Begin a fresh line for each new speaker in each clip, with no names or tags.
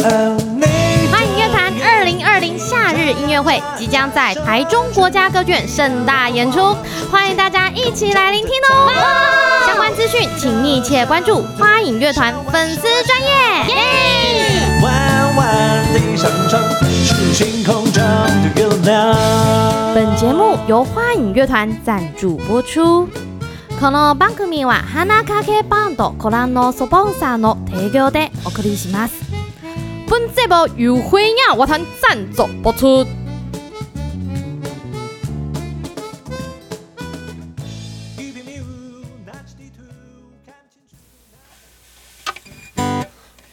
欢迎乐坛二零二零夏日音乐会即将在台中国家歌剧院盛大演出，欢迎大家一起来聆听哦。相关资讯请密切关注花影乐团粉丝专业。
弯弯的山川是星空中的月亮。
本节目由花影乐团赞助播出。この番組は花かけバンドコランのスポンサーの提供でお送りします。本节目由花影乐团赞助播出。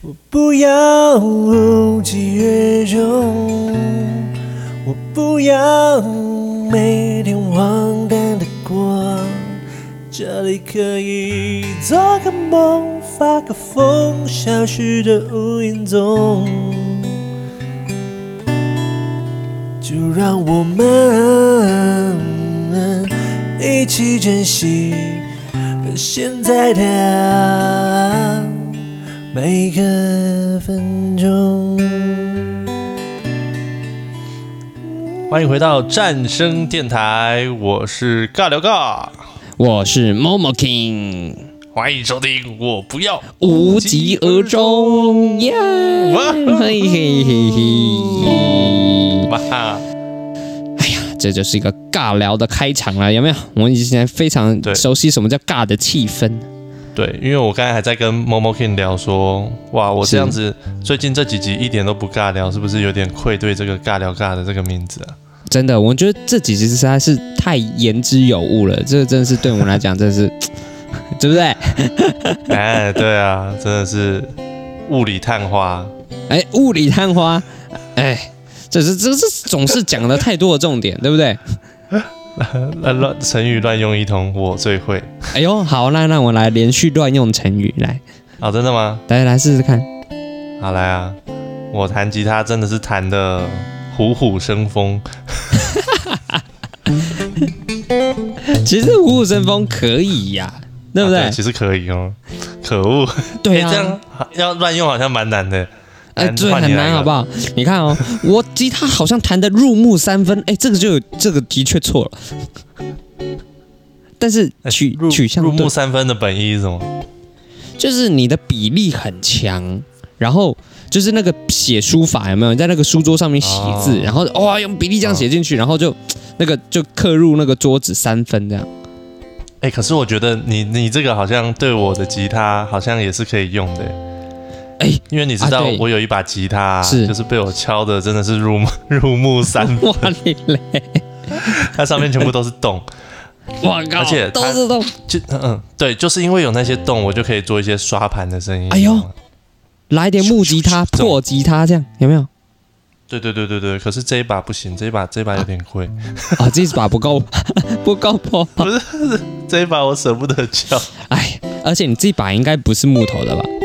我不要无疾而终，我不要每天荒诞的过，这里可以做个梦，发个疯，消失的无影踪。就让我们一起珍惜现在的每个分钟。
欢迎回到战声电台，我是尬聊尬，
我是 Momo King，
欢迎收听，我不要
无疾而终，耶！
哇
嘿嘿嘿嘿，
哇哈！
这就是一个尬聊的开场了，有没有？我们已经现在非常
对
熟悉什么叫尬的气氛，
对，因为我刚才还在跟 Momo King 聊说，哇，我这样子最近这几集一点都不尬聊，是不是有点愧对这个尬聊尬的这个名字啊？
真的，我觉得这几集实在是太言之有物了，这真的是对我们来讲，真的是，对不对？
哎，对啊，真的是雾里探花。
哎，雾里探花，哎，这是这这总是讲了太多的重点，对不对？
呃，乱成语乱用一通，我最会
哎呦，好，那让我来连续乱用成语，来，
啊！真的吗？
大家来试试看。
好来啊！我弹吉他真的是弹的虎虎生风，
其实虎虎生风可以呀、对不对？
啊其实可以哦。可恶，
对
哎这样
啊，
好要乱用好像蛮难的。
哎、
难
对，
换你
很
来一
难，
个
好不好？你看哦， 我吉他好像弹的入木三分，哎、这个就有这个的确错了， 但是
哎
呃取
入
取
入
向对
木，三分的本意是什么？
就是你的比例很强，然后。就是那个写书法有没有？你在那个书桌上面写字，
哦
然后哇、用比例这样写进去，然后就那个就刻入那个桌子三分这样。
哎、可是我觉得你你这个好像对我的吉他好像也是可以用的。
哎
因为你知
啊
道
对
我有一把吉他、
是
就是被我敲的真的是入木 入木三 分，
哇你嘞！
它上面全部都是洞。
我靠，
而且它
都是都
就嗯嗯，对，就是因为有那些洞，我就可以做一些刷盘的声音。
哎呦来点木吉他、
这种
破吉他这样有没有？
对对对对对，可是这一把不行，这一把这一把有点贵，
啊，这一把不够，不够破。
这一把我舍不得敲。
哎，而且你这把应该不是木头的吧？
嗯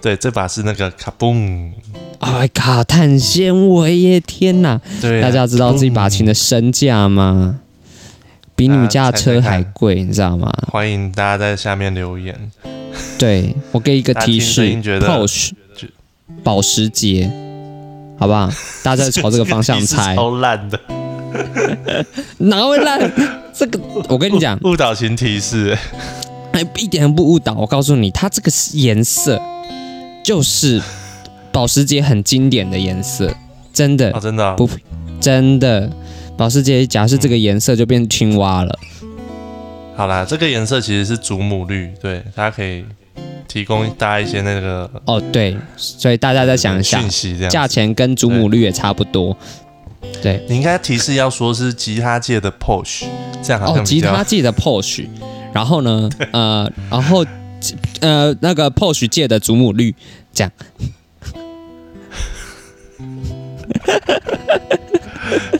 对，这把是那个卡嘣，
哎，卡碳纤维耶！天哪，
对啊、
大家知道这把琴的身价吗？比你们家的
啊
车还贵，你知道吗？
嘣欢迎大家在下面留言。
对我给一个提
大家听声
示
音觉得
，Porsche
觉
保时捷，好不好？大家朝这个 方向
这个题是
猜，
超烂的
哪会烂？这个我跟你讲，
误导型提示，
哎，一点都不误导。我告诉你，它这个颜色就是保时捷很经典的颜色，真的
哦，真的啊、
不真的。保时捷假设这个颜色就变青蛙了，
好啦，这个颜色其实是祖母绿，对，它可以提供大家一些那个呃
哦对，所以大家再想一想
讯，息，这样
价
子。
钱跟祖母绿也差不多。对，
你应该提示要说是吉他界的 Porsche，这样好
哦，
像啊比
吉
较、
他界的 Porsche，然 后呢，呃，然后呃那个 Porsche 界的祖母绿，这样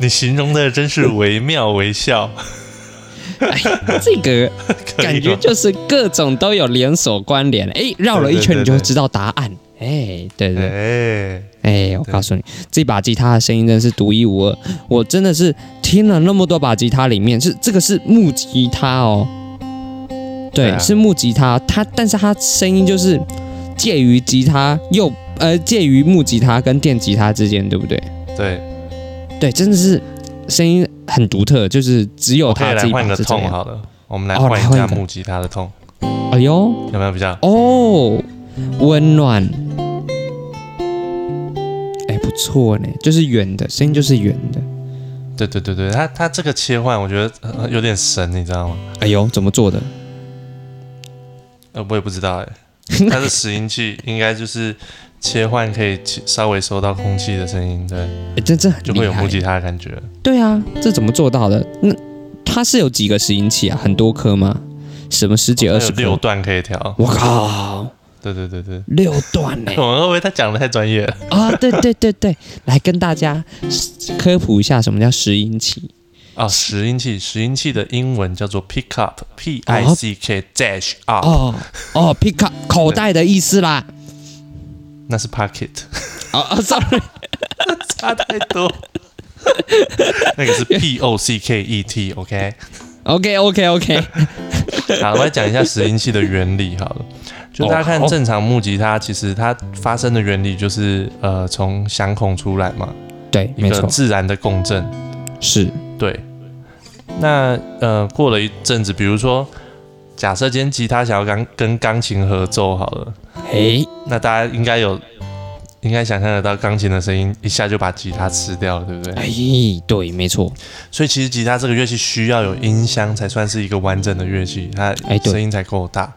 你形容的真是惟妙惟肖，
这个
可以哦
感觉
吗
就是各种都有连锁关联。哎，绕了一圈你就会知道答案。哎，对对，
哎，
哎，我告诉你，这把吉他的声音真的是独一无二。我真的是听了那么多把吉他里面，是这个是木吉他哦，对，
对啊
是木吉他，它但是它声音就是介于吉他又呃介于木吉他跟电吉他之间，对不对？
对，
对，真的是声音很独特，就是只有
我可以
哦他
来
自己把
换个
是这
痛
样。
好了，我们来
哦来
换一
换
下
一个
木吉他的痛，
哎呦，
有没有比较？
哦，温暖，哎，不错呢，就是圆的声音，就是圆的。
对对对对，它它这个切换我觉得呃有点神，你知道吗？
哎呦，怎么做的？
呃，我也不知道哎、它是拾音器，应该就是切换可以切稍微收到空气的声音，对，
哎，这这很
就
厉
会有木
害。
吉他的感觉。
对啊，这怎么做到的？那它是有几个拾音器啊？很多颗吗？什么十几
它
二
有
十
六
颗？
段可以调，
我靠，
对对对对。！
六段呢
我们会不会他讲的太专业了？
啊，对对对对，来跟大家科普一下什么叫拾音器。
啊，拾音器，拾音器的英文叫做 pick up，p i c k dash up，、
哦哦，pick up 口袋的意思啦。
那是 pocket，
哦哦，sorry，
差太多。 那个是 p o c k e t，OK、
OK OK OK，
好，我来讲一下拾音器的原理好了。就大家
哦
看
好
正常木吉他，其实它发声的原理就是呃从响孔出来嘛，
对，
一
没
个
错，
自然的共振。
是
对，那呃，过了一阵子，比如说，假设今天吉他想要钢跟钢琴合奏好了，
诶，
那大家应该有应该想象得到钢琴的声音一下就把吉他吃掉了，对不对？
哎，对，没错，
所以其实吉他这个乐器需要有音箱才算是一个完整的乐器，它
哎对
声音才够大。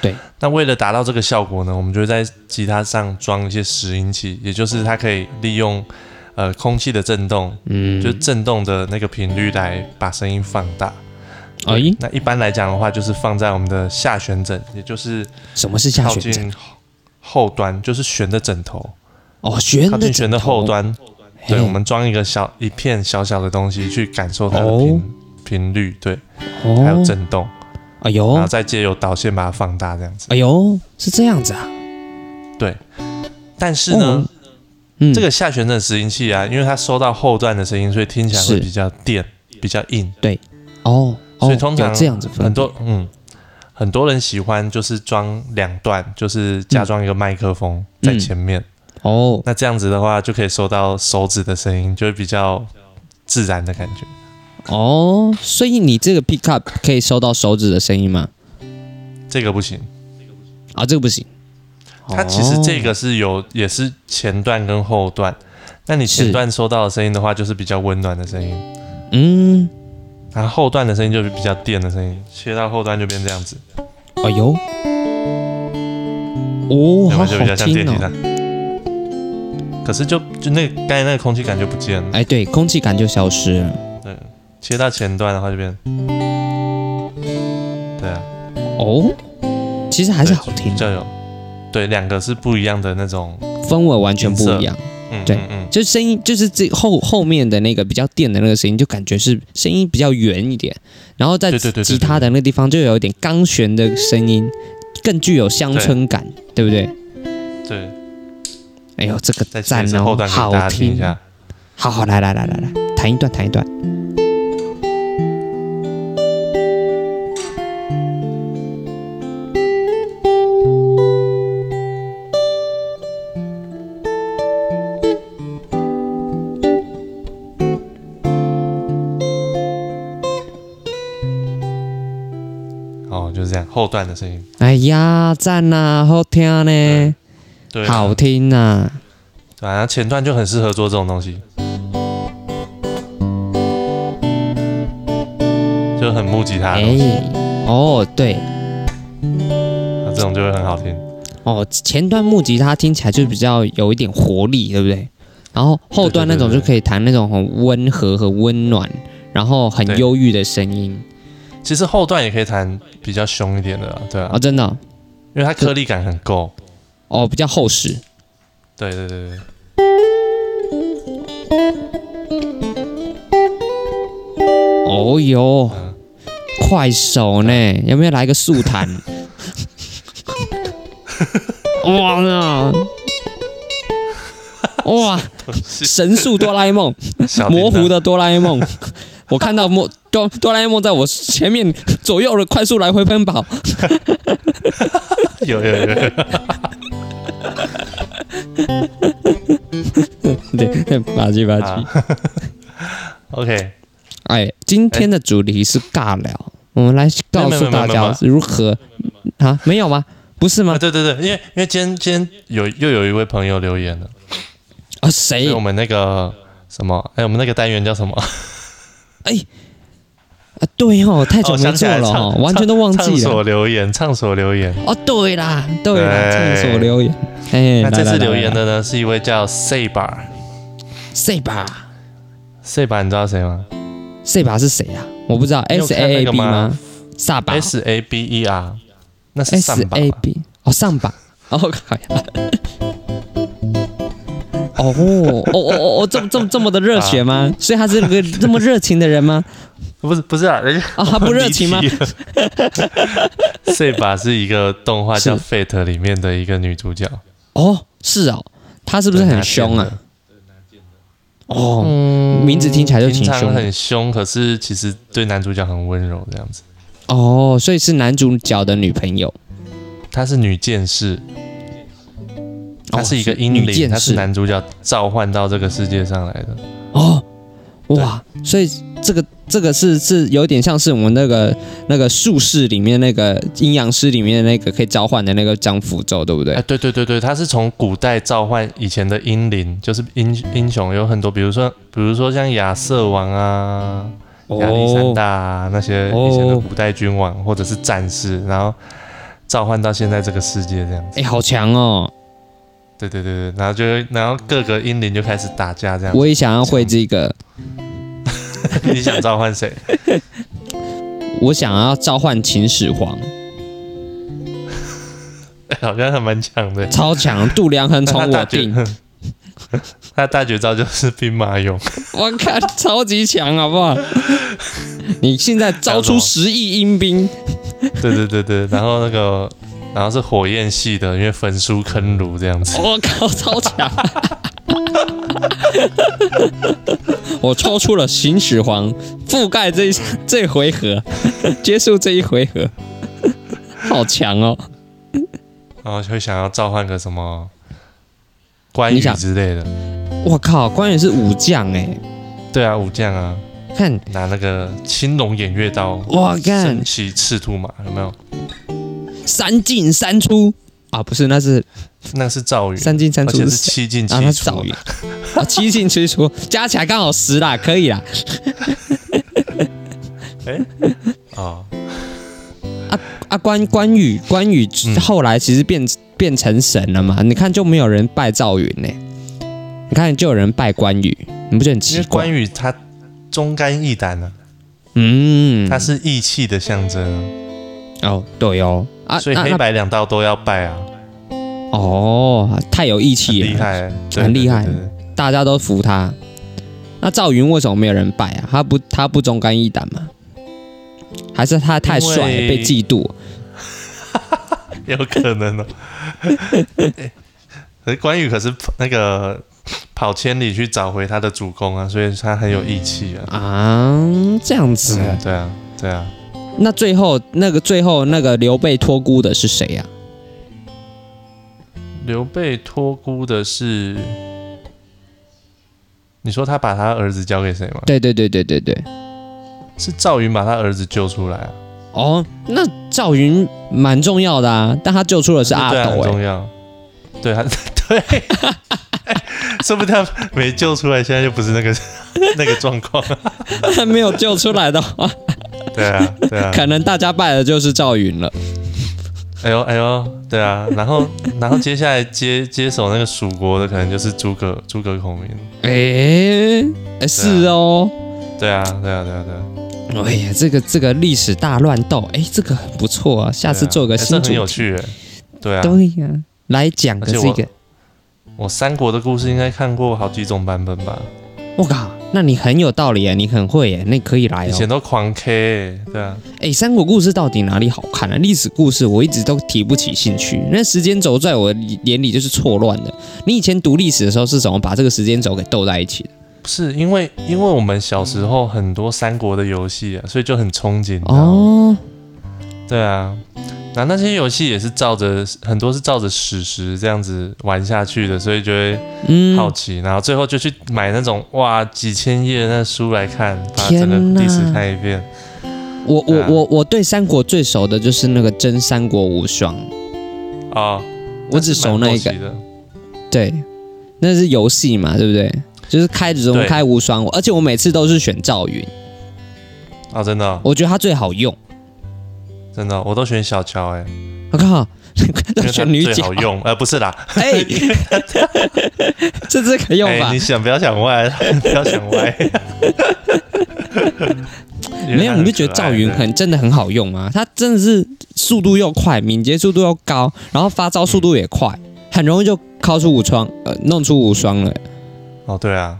对，
那为了达到这个效果呢，我们就会在吉他上装一些拾音器，也就是它可以利用呃空气的震动，
嗯，
就是震动的那个频率来把声音放大。
哎，
那一般来讲的话，就是放在我们的下旋枕，也就是
什么是下
靠
旋枕？
近后端，就是悬的枕头，
哦，旋
靠
的
近悬的后端。
枕头，
对，
嘿
我们装一个小一片小小的东西去感受它的
哦
频频率，对，还有
哦，
震动，
哎
然后
呦，
再借由导线把它放大这样子。
哎呦，是这样子啊，
但是呢
哦，嗯，
这个下旋枕拾音器啊，因为它收到后段的声音，所以听起来会
是
比较电，比较硬。
哦，哦
所以通常
有这样子分别
很多嗯，很多人喜欢就是装两段，就是加装一个麦克风在
嗯
前面。
哦，
那这样子的话，就可以收到手指的声音，就会比较自然的感觉。
哦，所以你这个 pick up 可以收到手指的声音吗？
这个不行，
啊，这个不行。
它其
哦
实这个是有，也是前段跟后段。那你前
是
段收到的声音的话，就是比较温暖的声音，
哦，嗯，
然后后段的声音就是比较电的声音，切到后段就变这样子，
哎呦，哦，
那
好
么就比较
好
像电
听
吉
哦。
他。可是就就那个刚才那个空气感就不见了，
哎，对，空气感就消失了。
切到前段的话就变，对啊，
哦，其实还是
对
好听
比
的，
较有，对，两个是不一样的那种，
氛围完全不一样。
嗯，
对
嗯嗯，
就声音，就是这后后面的那个比较电的那个声音，就感觉是声音比较圆一点，然后在
对对对对
吉他的那个地方就有一点钢弦的声音，更具有乡村感，对不对？
嗯对。
哎呦，这个
再
赞
接着后
哦，
段给大
好
家听
听
一，下。
好好来来来来来，弹一段弹一段，
哦，就是这样，后段的声音。
哎呀，赞呐、好听呢，
对，
好听呐、
对啊，然后前段就很适合做这种东西，就很木吉他的东
哎
西，，
哦对，
那这种就会很好听。
哦，前段木吉他听起来就比较有一点活力，对不对？然后后段那种
对对对对
就可以弹那种很温和、很温暖，然后很
对
忧郁的声音
其实后段也可以弹比较凶一点的啦，对啊
哦，，真的哦
因为它颗粒感很够。
哦，比较厚实。
对对对对，
哦哟，
嗯
快手呢？有没有来个速弹？哇那哇，神速哆啦 A 梦，
小叮当
模糊的哆啦 A 梦。我看到模哆哆啦 A 梦在我前面左右的快速来回奔跑，
有有有，有
对，吧唧吧唧。
啊 OK，
哎，今天的主题是尬聊，我们来告
没有没
诉
有没
大
有没有
家如何啊？没有吗？不是
啊，
吗？
对对对，因为因为今天今天有又有一位朋友留言了，
啊，
因
谁
为我？们那个什么，哎，我们那个单元叫什么？
啊，对哦，太久
哦，
没
想起
做
来
了
唱
哦，完全都忘
畅
记了。
所留言，畅所留言。
哦，对啦，对啦，
对
厕所留言。哎，
那这
来
次
来
留言
来
的呢，是一位叫 Saber，Saber
来 Seba。
你知道谁吗
Saba 是谁啊？我不知道
你有
，S
看那
A A
个
B
吗
吗？萨巴
？S A B E R，那是上
啊 S
榜
A
吧？
B 哦，上榜哦，靠呀！ 哦哦哦哦哦，这么这么这么的热血吗？
啊
所以他是个这么热情的 人吗？
不是不是啊，人家
啊、他 不热 情吗？
？Saber 是一个动画叫《
是
Fate》里面的一个女主角，
哦，是哦，他是
是
不是很凶啊？？哦，
嗯
名字听起来就挺
平常
凶的
很凶，可是其实对男主角很温柔这样子。
哦，所以是男主角的女朋友，
她是女剑士，她是一个英
哦女
灵，她
剑
是
士
男主角召唤到这个世界上来的。
哦，哇，所以这个这个是是有点像是我们那个那个术士里面那个阴阳师里面的那个可以召唤的那个张符咒，对不对
哎，？对对对对，她是从古代召唤以前的英灵，就是英英雄有很多，比如说比如说像亚瑟王啊、亚历山大啊、那些
哦
以前的古代君王或者是战士，然后召唤到现在这个世界这样子。
哎、好强哦！
对对对对，然后就会然后各个英灵就开始打架这样子。
我也想要会这个，
你想召唤谁？
我想要召唤秦始皇，
哎好像还蛮强的。
超强！度量衡
那
从
他
我
大绝
定，
他大绝招就是兵马俑。
我看超级强，好不好？ 你现在招出十亿阴兵，
对对对对，然后那个，然后是火焰系的，因为焚书坑儒这样子。
我靠，超强！ 我超出了秦始皇，覆盖这一这回合，结束这一回合，好强哦！
然后就会想要召唤个什么关羽
你想
之类的。
我靠，关羽是武将哎、
对啊，武将啊，
看
拿那个青龙偃月刀，
哇干
身骑赤兔马，有没有？
三进三出啊，不是，那是
那个是赵云，
三进三
而
出
且是
谁
七进
啊，他
七
是
出
赵。云， 啊，七进七出，加起来刚好十啦，可以啦。
哦，
啊，关关羽，关羽
嗯
后来其实变、变成神了嘛？你看就没有人拜赵云呢、你看就有人拜关羽，你不觉得很
因
奇
为
怪？
关羽他忠肝义胆啊，
嗯，
他是义气的象征
哦，对哦，啊，
啊，所以
那
黑
那
白两道都要拜啊，
哦，太有义
很
气
厉
了，
害，啊对
很厉害
对对对
大家都服他。那赵云为什么没有人拜啊？他不他不忠肝义胆吗？还是他太帅
因为
了被嫉妒？
有可能哦。 欸可是关羽可是那个跑千里去找回他的主公啊，所以他很有义气啊。
啊，这样子。
嗯，对啊，对啊，
那最后那个最后那个刘备托孤的是谁啊呀、
刘备托孤的是，你说他把他儿子交给谁吗？
对对对对对对。
是赵云把他儿子救出来啊，
哦，那赵云蛮重要的啊，但他救出的是阿
对啊，很
斗哎、
重要。对啊， 对，说不定他没救出来，现在就不是那个 那个状况 啊。
他哎没有救出来的话，
对啊，对啊。
可能大家拜的就是赵云了。
哎呦哎呦，对啊，然后然后接下来接 接手那个蜀国的可能就是诸葛诸葛孔明，
哎、哎是哦，
对啊对啊对啊对啊，
哎呀，这个这个历史大乱斗，哎、这个很不错啊，下次
对啊
做个
哎
新
这
主
很有
题，
趣耶，对啊，
对呀、来讲
而
的
且
这
我
个，
我三国的故事应该看过好几种版本吧，
我靠，那你很有道理啊，你很会耶，那可以来
以
哦。
前都狂 K，耶对啊，
哎，三国故事到底哪里好看啊？历史故事我一直都提不起兴趣，那时间轴在我眼里就是错乱的。你以前读历史的时候是怎么把这个时间轴给斗在一起的？
不是因为因为我们小时候很多三国的游戏啊，所以就很憧憬，你知道吗
哦，
对啊，那、那些游戏也是照着很多是照着史实这样子玩下去的，所以就会
嗯，
好奇，然后最后就去买那种哇几千页的那书来看，把
天
整个历史
哪
看一遍。
嗯我
对啊
我我我对三国最熟的就是那个真三国无双，
哦，
我只熟那一个
蛮，好奇的
对，那是游戏嘛，对不对？就是开只
对
开无双，而且我每次都是选赵云，
哦，真的哦、
我觉得他最好用。
真的哦、我都选小乔哎、
我、靠，
因
都
为他
选女
最
角
好，用，呃，不是啦，
哎， 这这个用法
哎你想不要想歪， 不要想歪。
没有，你不觉得赵云
很可爱
很真的很好用吗？他真的是速度又快，敏捷速度又高，然后发招速度也快，很容易就敲出无双，呃，弄出无双了。
哦？对啊，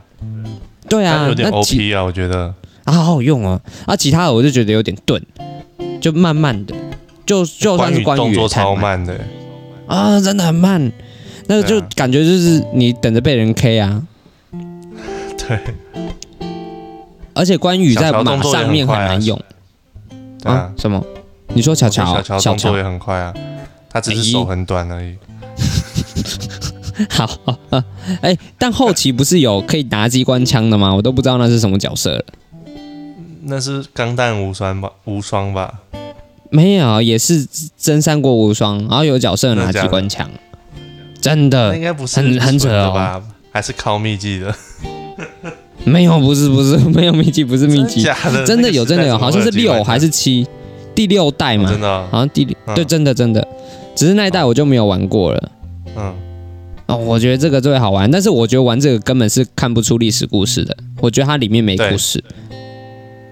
对
但
啊，
有点
那其
OP 啊，我觉得。
啊，好好用哦。啊，其他的我就觉得有点钝，就慢慢的，就就算是关羽
动
也
作
太
超慢的，
啊，真的很慢，那
对
就
啊
感觉就是你等着被人 K 啊。
对，
而且关羽
小
在
乔
马
动作也
上面
很快
很
啊
难用
对啊。
什么？你说
我
小
觉得
乔
小
哦？
乔
小
动
乔
作也很快啊，他只是
哎
手很短而已。
好， 呃哎、但后期不是有可以拿机关枪的吗？我都不知道那是什么角色了。
那是钢弹无双吧？无双吧？
没有，啊也是真三国无双，然后有角色拿机关枪，真
那
的
应该不是
呃很很扯
纯的
哦
吧？还是靠秘籍 的？
没有，不是不是 没有秘籍，不是秘籍，
假的？
真
那
的
个
有
时代
真的有，
怎么
好像
会
是
机关
六还
枪
是七，第六代
哦
嘛
真，的哦？
好像第六
嗯
对，真的真的，只是那一代我就没有玩过了。
嗯，
哦，我觉得这个最好玩，但是我觉得玩这个根本是看不出历史故事的，我觉得它里面没
对
故事，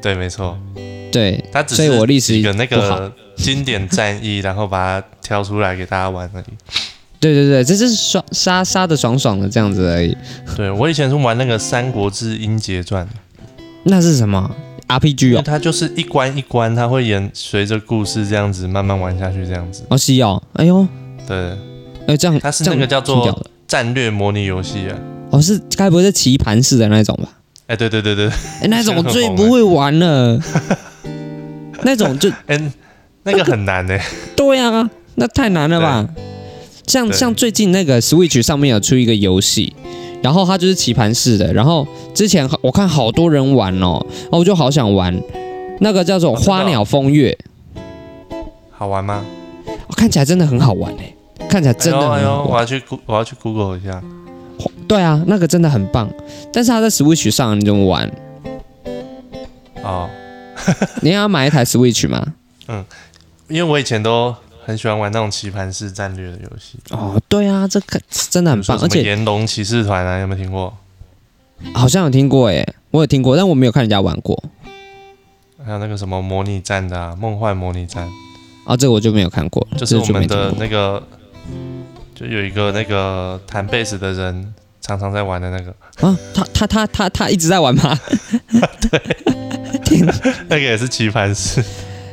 对，没错，
对，
他只
所以
是
我历史
几个那
不好
个经典战役，然后把它挑出来给大家玩而 已。
对对对，这是爽杀杀的爽爽的这样子而已。
对我以前是玩那个《三国志英杰传》，
那是什么
因
RPG
为
哦？
它就是一关一关，它会沿随着故事这样子慢慢玩下去，这样子。
哦，西哦，哎呦，
对，
哎这样，
它是
这样
那个叫做
挺屌的
战略模拟游戏啊。
哦，是该不会是棋盘式的那种吧？
哎，对对对对，
哎，那
现在
种
很
我最
红
不会玩了，那种就
哎，那个很难呢。
对啊，那太难了吧？像
对
像最近那个 Switch 上面有出一个游戏，然后它就是棋盘式的，然后之前我看好多人玩哦，哦我就好想玩那个叫做
哦
《
真的哦
花鸟风月
好玩吗？》
哦看起来真的很好玩哎，看起来真的
哎
很
呦哎
好
呦，
玩
我。要去 Goo- 我要去 Google 一下。
对啊，那个真的很棒，但是它在 Switch 上你怎么玩？
哦，
你要买一台 Switch 吗？
因为我以前都很喜欢玩那种棋盘式战略的游戏，
哦，对啊，这个真的
比
很
如说
棒，
什
而
么
且
炎龙骑士团啊，有没有听过？
好像有听过诶，我有听过，但我没有看人家玩过
还有那个什么模拟战的啊，梦幻模拟战，
啊，这个我就没有看过，
就是我
这个没
们
听
的
过
那个，就有一个那个弹贝斯的人常常在玩的 那个，
啊，他他他他他一直在玩吗？
那个也是棋盘式。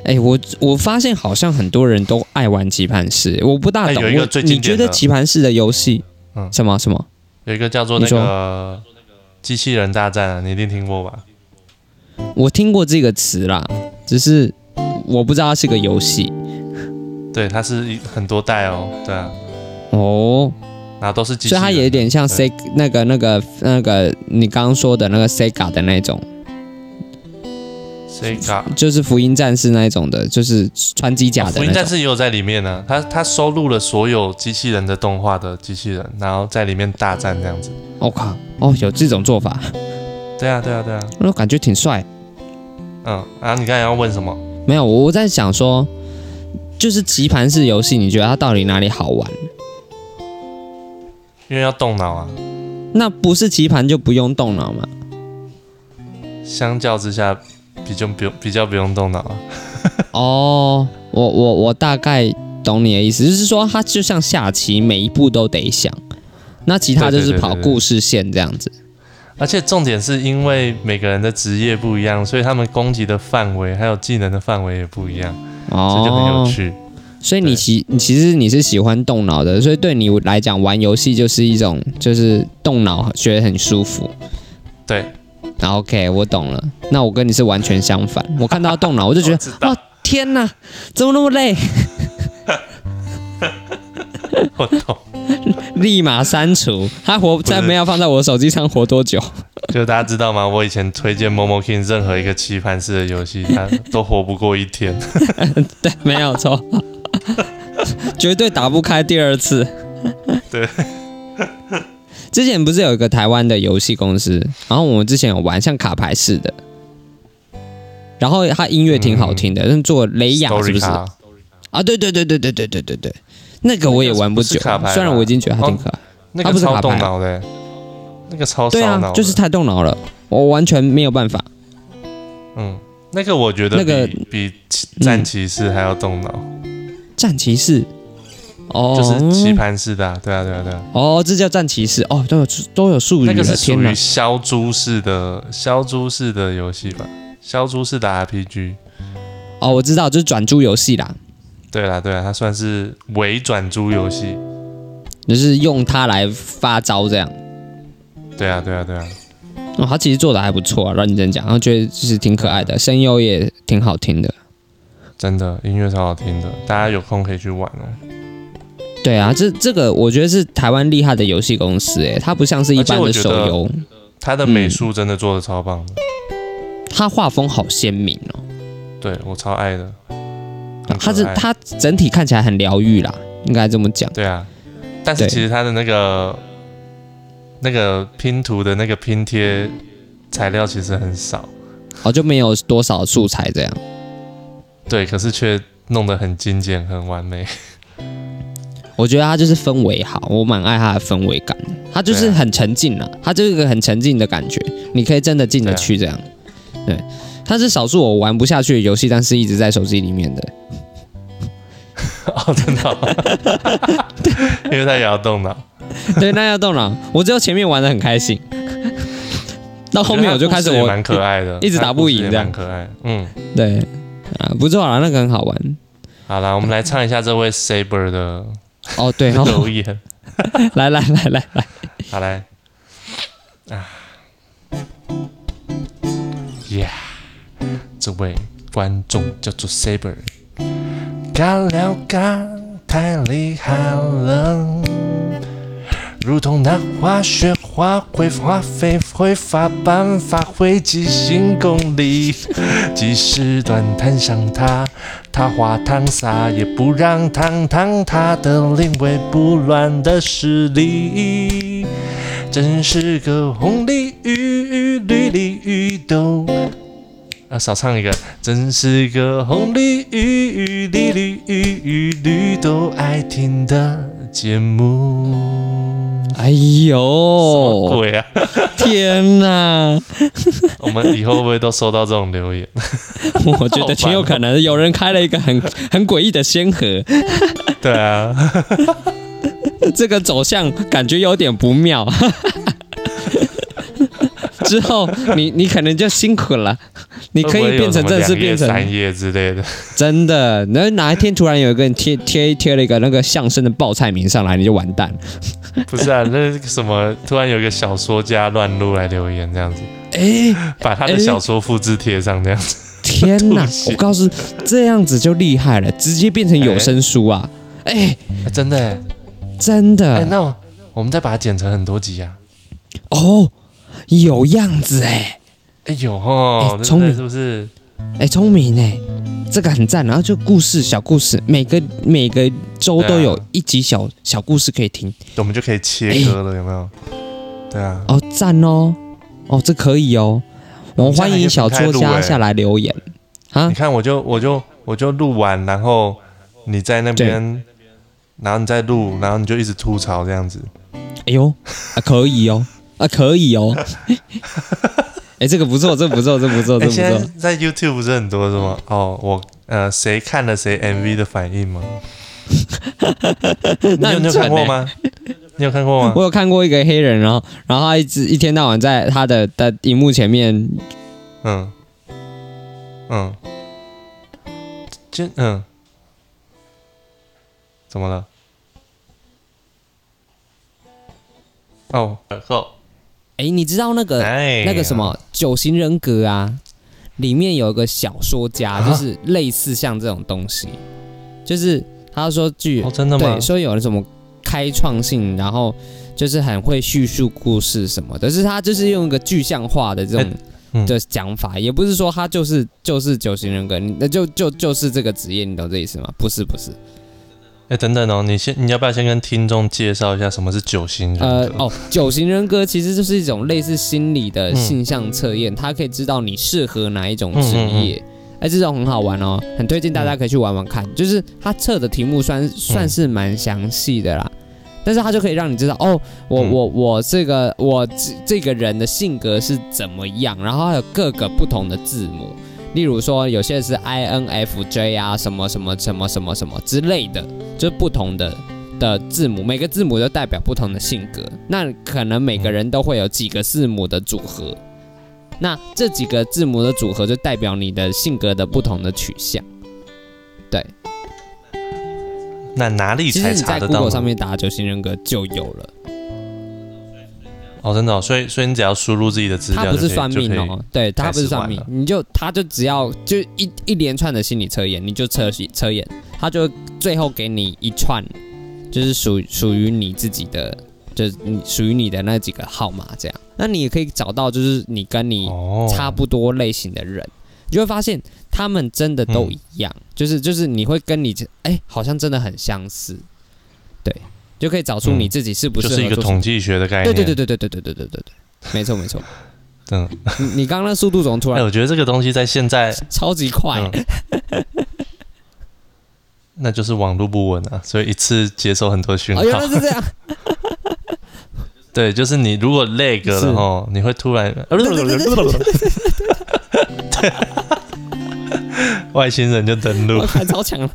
哎、我我发现好像很多人都爱玩棋盘式，我不大
哎
懂。
有一个
我
最经
你觉
典的
得棋盘式的游戏，
嗯
什么什么？
有一个叫做那个机器人大战啊，你一定听过吧？
我听过这个词啦，只是我不知道它是个游戏
对，它是一很多代哦，对啊，
哦，
然后都是机器
所以
人，啊
它也有点像
对
Sega 那个那个那个你刚刚说的那个 Sega 的那种，
Sega
就是福音战士那一种的，就是穿机甲的
哦福音
那
战
种。
士也有在里面呢、它它收录了所有机器人的动画的机器人，然后在里面大战这样子。
我、靠，哦，有这种做法，
对啊，对啊，对啊，
我感觉挺帅。
嗯，啊，你刚才要问什么？
没有，我我在想说，就是棋盘式游戏，你觉得它到底哪里好玩？
因为要动脑啊。
那不是棋盘就不用动脑 吗？
相较之下，比较不用比较不用动脑啊。
哦，我我我大概懂你的意思，就是说它就像下棋，每一步都得想。那其他就是
对对
跑
对对对
故事线这样子。
而且重点是因为每个人的职业不一样，所以他们攻击的范围还有技能的范围也不一样，这就很有
哦，
趣。
所以你
对
其你其实你是喜欢动脑的，所以对你来讲玩游戏就是一种就是动脑，觉得很舒服。
对
啊 OK，我懂了。那我跟你是完全相反，我看到动脑我就觉得
知道
哦天哪，怎么那么累？
我懂，
立马删除。他活在没有放在我手机上活 多久？
就是大家知道吗？我以前推荐 Momo King 任何一个棋盘式的游戏，它都活不过一 天。
对，没有错，绝对打不开第二次。
对。
之前不是有一个台湾的游戏公司，然后我们之前有玩像卡牌式的，然后它音乐挺好听的，但做雷雅哎是
嗯 Story
不是？
卡
啊，对对对对对对对对对那个我也玩
不是
久，啊
卡牌吧
虽然我已经觉得它挺可爱，
那
它
个
不是卡牌
超
啊
动脑的、欸那个超哦烧
对
脑的、
啊，就是太动脑了，我完全没有办法。
嗯，那个我觉得
那
比、
个嗯
比骑战骑士还要动脑，
战骑士，哦，
就是棋盘式的、啊，对啊对啊对啊，
哦，这叫战骑士，哦，都有都有术语了，
那个是啊属
天哪
于消猪式的消猪式的游戏吧，消猪式的 RPG。
哦，我知道，就是转租游戏啦，
对啦对啦，它算是伪转租游戏。
就是用它来发招这样。
对啊对啊对啊，
哦，他其实做的还不错、啊，认真讲，然后觉得就是挺可爱的，声优也挺好听的。
真的音乐超好听的，大家有空可以去玩哦。
对啊，这这个我觉得是台湾厉害的游戏公司，诶，它不像是一般的
而且我觉
手
得
游，
它的美术真的做的超棒的，
嗯它画风好鲜明哦，
对我超爱的。很可
它是
爱
它整体看起来很疗愈啦，应该这么讲。
对啊，但是
对
其实它的那个那个拼图的那个拼贴材料其实很少，
哦，就没有多少素材这样。
对，可是却弄得很精简、很完美。
我觉得它就是氛围好，我蛮爱它的氛围感的，它就是
对啊
很沉浸了，它就是一个很沉浸的感觉，你可以真的进得
对啊
去这样。对，它是少数我玩不下去的游戏，但是一直在手机里面的。
哦，真的哦、
哦
因为它也要动脑。
对，那要动脑。我只有前面玩的很开心，到后面我就开始
觉得它故事也
我
蛮 可爱的，
一直打不赢
它故事也
这样
蛮可爱。嗯，
对啊，不错啦，那个很好玩。
好啦，我们来唱一下这位 Saber 的
哦，对哦，
留言。
来来来来来，
好来，啊，Yeah，这位观众叫做 Saber，尬聊尬太厉害了，如同那化学化会化肥挥发办法会即兴公理，即使短谈上它。他花糖撒，也不让糖糖他的临危不乱的实力，真是个红鲤鱼、绿鲤鱼都。啊，少唱一个，真是个红鲤鱼、绿鲤鱼、绿都爱听的节目。
哎
什么
呦，
鬼啊！
天哪！
我们以后会不会都收到这种留言？
我
哦
觉得挺有可能有人开了一个很很诡异的先河，
对啊，
这个走向感觉有点不妙。之后你你可能就辛苦了，你可以变成正式变成
三页之类的。
真的，那哪一天突然有一个人贴贴贴了一个那个相声的报菜名上来，你就完蛋。
不是啊，那是什么？突然有一个小说家乱入来留言这样子，
哎、
把他的小说复制贴上这样子。
天 哪
吐！血
我告诉，这样子就厉害了，直接变成有声书啊！哎、
哎真的哎、
真
哎
的
那我我们再把它剪成很多集啊。
哦，有样子哎、
哎有哦
哎，
真
聪
的
明
是不是？
哎，聪明哎、这个很赞。然后就故事小故事，每个每个周都有
对啊
一集小小故事可以听
我们就可以切割了，有没有？对啊，
哦，赞哦哦，这可以哦。我们欢迎小作
这样也分开录
家
哎
下来留言啊
你！看我就我就我就录完，然后你在那边，然后你再录，然后你就一直吐槽这样子。
哎呦，啊可以哦，啊可以哦， 哎这个不错，这个不错，这个不错，
哎，
这个不
现在
错，
在 YouTube 不是很多什么哦，我呃谁看了谁 MV 的反应 吗？你
那
有
很
你有
准
看过
欸
吗？你有看过吗？
我有看过一个黑人，然后然后他一直一天到晚在他的的荧幕前面，
嗯，嗯，真嗯，怎么了？哦，耳后，
哎，你知道那个、
哎呀，
呃那个什么九型人格啊，里面有一个小说家，
啊
就是类似像这种东西，就是他说句、
哦，真的吗
对，？说有什么开创性，然后就是很会叙述故事什么的，但是他就是用一个具象化的这种
哎嗯
的讲法，也不是说他就是就是九型人格，你那就就就是这个职业，你懂这意思吗？不是不是，
哎、等等哦，你先，你要不要先跟听众介绍一下什么是九型人格？
呃，哦，九型人格其实就是一种类似心理的
嗯
性向测验，它可以知道你适合哪一种职
嗯嗯嗯
业。哎，这种很好玩哦，很推荐大家可以去玩玩看。就是它测的题目算算是蛮详细的啦，但是它就可以让你知道哦，我
嗯
我我这个我这这个人的性格是怎么样，然后还有各个不同的字母，例如说有些是 INFJ 啊，什么什么什么什么什么之类的，就是不同的的字母，每个字母都代表不同的性格。那可能每
嗯
个人都会有几个字母的组合，那这几个字母的组合就代表你的性格的不同的取向。
那哪里
其实
才
你
查
在
得到
Google
呢？
上面打九型人格就有了，
哦，真的、哦，所以所以你只要输入自己的资料
它
就可以，
不是算命
就可以
哦，对，它不是算命
开始，
你就它就只要就一一连串的心理测验，你就测测验，它就最后给你一串，就是属属于你自己的，就是你属于你的那几个号码这样。那你也可以找到，就是你跟你
哦，
差不多类型的人，你就会发现他们真的
嗯
都一样，就是就是你会跟你哎、好像真的很相似，对，就可以找出你自己是
嗯
不
就是是一个统计学的概
对
念。
对对对对对对对对对对，没错没错。
真的。
你你刚刚那速度怎么突
嗯哎、
然
我觉得这个东西在现在，
超级快？
嗯， 那就是网络不稳啊，所以一次接收很多讯号。
哦，原来是这 样。
对，就是你如果 lag
是
了哦，你会突 然，外星人就登
我
陆。
还超强了。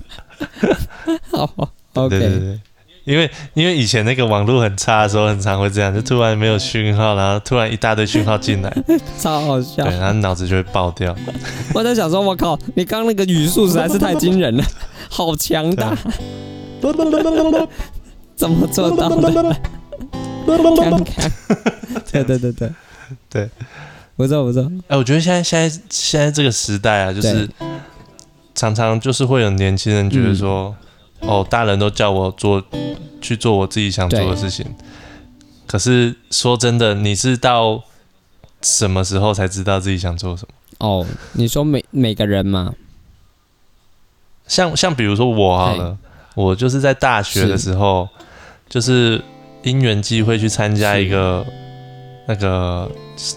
好
对
，OK，
对对，因为因为以前那个网络很差的时候，很常会这样，就突然没有讯号，然后突然一大堆讯号进 来，
超好笑
对，。啊然后脑子就会爆掉。
我在想说，我靠，你刚刚那个语速实在是太惊人了， 好强大，
啊
怎么做到 的？看看，对对对对
啊对，
不错不错，
哎、我觉得现在现在现在这个时代啊，就是常常就是会有年轻人觉得说，哦，大人都叫我做去做我自己想做的事情，可是说真的，你是到什么时候才知道自己想做什么？
哦，你说每每个人嘛，
像像比如说我好了，我就是在大学的时候，就是因缘机会去参加一个那个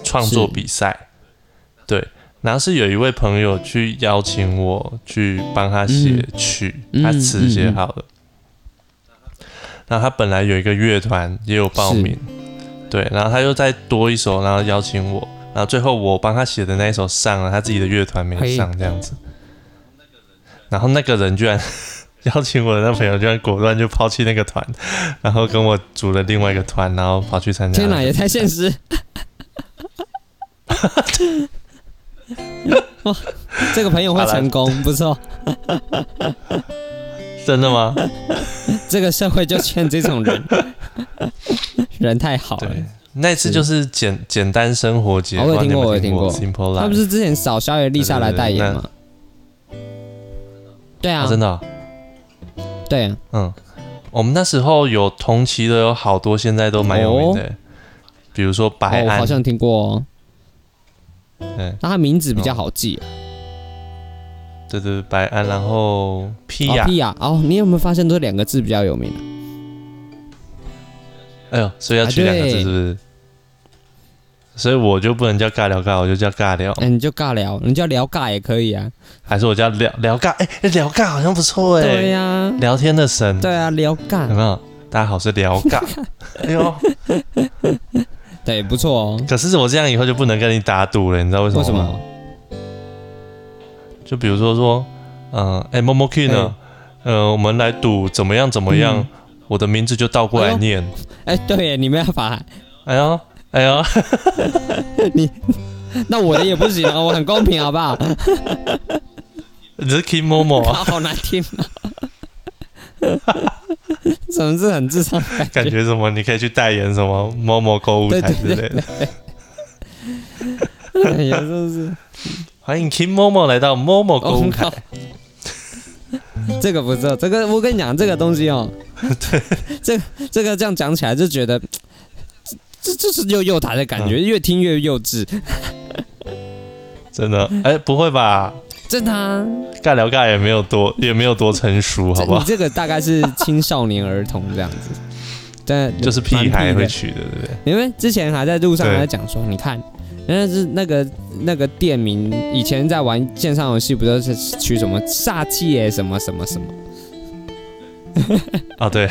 创作
是
比赛，对，然后是有一位朋友去邀请我去帮他写曲，
嗯
他词写好了，然后他本来有一个乐团也有报名，对，然后他又再多一首，然后邀请我，然后最后我帮他写的那一首上啊了，他自己的乐团没上这样子，然后那个人居然 邀请我的那朋友居然果断就抛弃那个团，然后跟我组了另外一个团，然后跑去参加。
天哪，也太现 实。哇，这个朋友会成功，不错。
真的吗？
这个社会就欠这种人，人太好了
对。，那次就是简简单生活节，
哦我有听过
不知道你有没有
我有
听过 Simple Life，
他不是之前找小野丽莎来代言吗？对啊
啊，真的哦、
对啊，
嗯，我们那时候有同期的有好多，现在都蛮有名的、比如说
哦
白
我
安，
好像听过哦。
对
那他名字比较好记。啊
对对对白安，然后皮
哦
亚，
屁呀！哦，你有没有发现这两个字比较有名啊？
哎呦，所以要取
啊
两个
对
字是不是？所以我就不能叫尬聊尬，我就叫尬聊，
嗯，你就尬聊，你叫聊尬也可以啊。
还是我叫聊聊尬？哎、聊尬好像不错哎、
对呀，
聊天的神，
对啊，聊
有
尬，
没有？大家好，我是聊 尬。哎呦，
对，不错哦。
可是我这样以后就不能跟你打赌了，你知道为什么
为
吗？
什么？
就比如说说，嗯、哎、m o m o K 呢？呃，我们来赌怎么样怎么样？
嗯
我的名字就倒过来念。
哎，对耶，你没办法，
哎呦，哎呦，
那我的也不行啊，我很公平，好不好？
你是 Kim Momo，
啊好难听啊！什么是很智障的感觉？
感觉什么？你可以去代言什么 Momo 购物台之类的。
哎呀，真是
欢迎 Kim Momo 来
哦
到 Momo 购
我
物台。
靠！这个不错，这个我跟你讲，这个东西哦，这这个这样讲起来就觉得，这这是幼幼台的感
嗯
觉，越听越幼稚，
真的，哎，不会吧？
真的、啊。
尬聊尬也没有多，也没有多成 熟，
这
好不
你
好？
这个大概是青少年儿童这样子，但
就是屁孩
蛮
会
的
取的，对不对？
因为之前还在路上
对
还在讲说，你看，那是那个那个店名，以前在玩线上游戏，不都是取什么煞气耶，什么什么什么？
啊，对，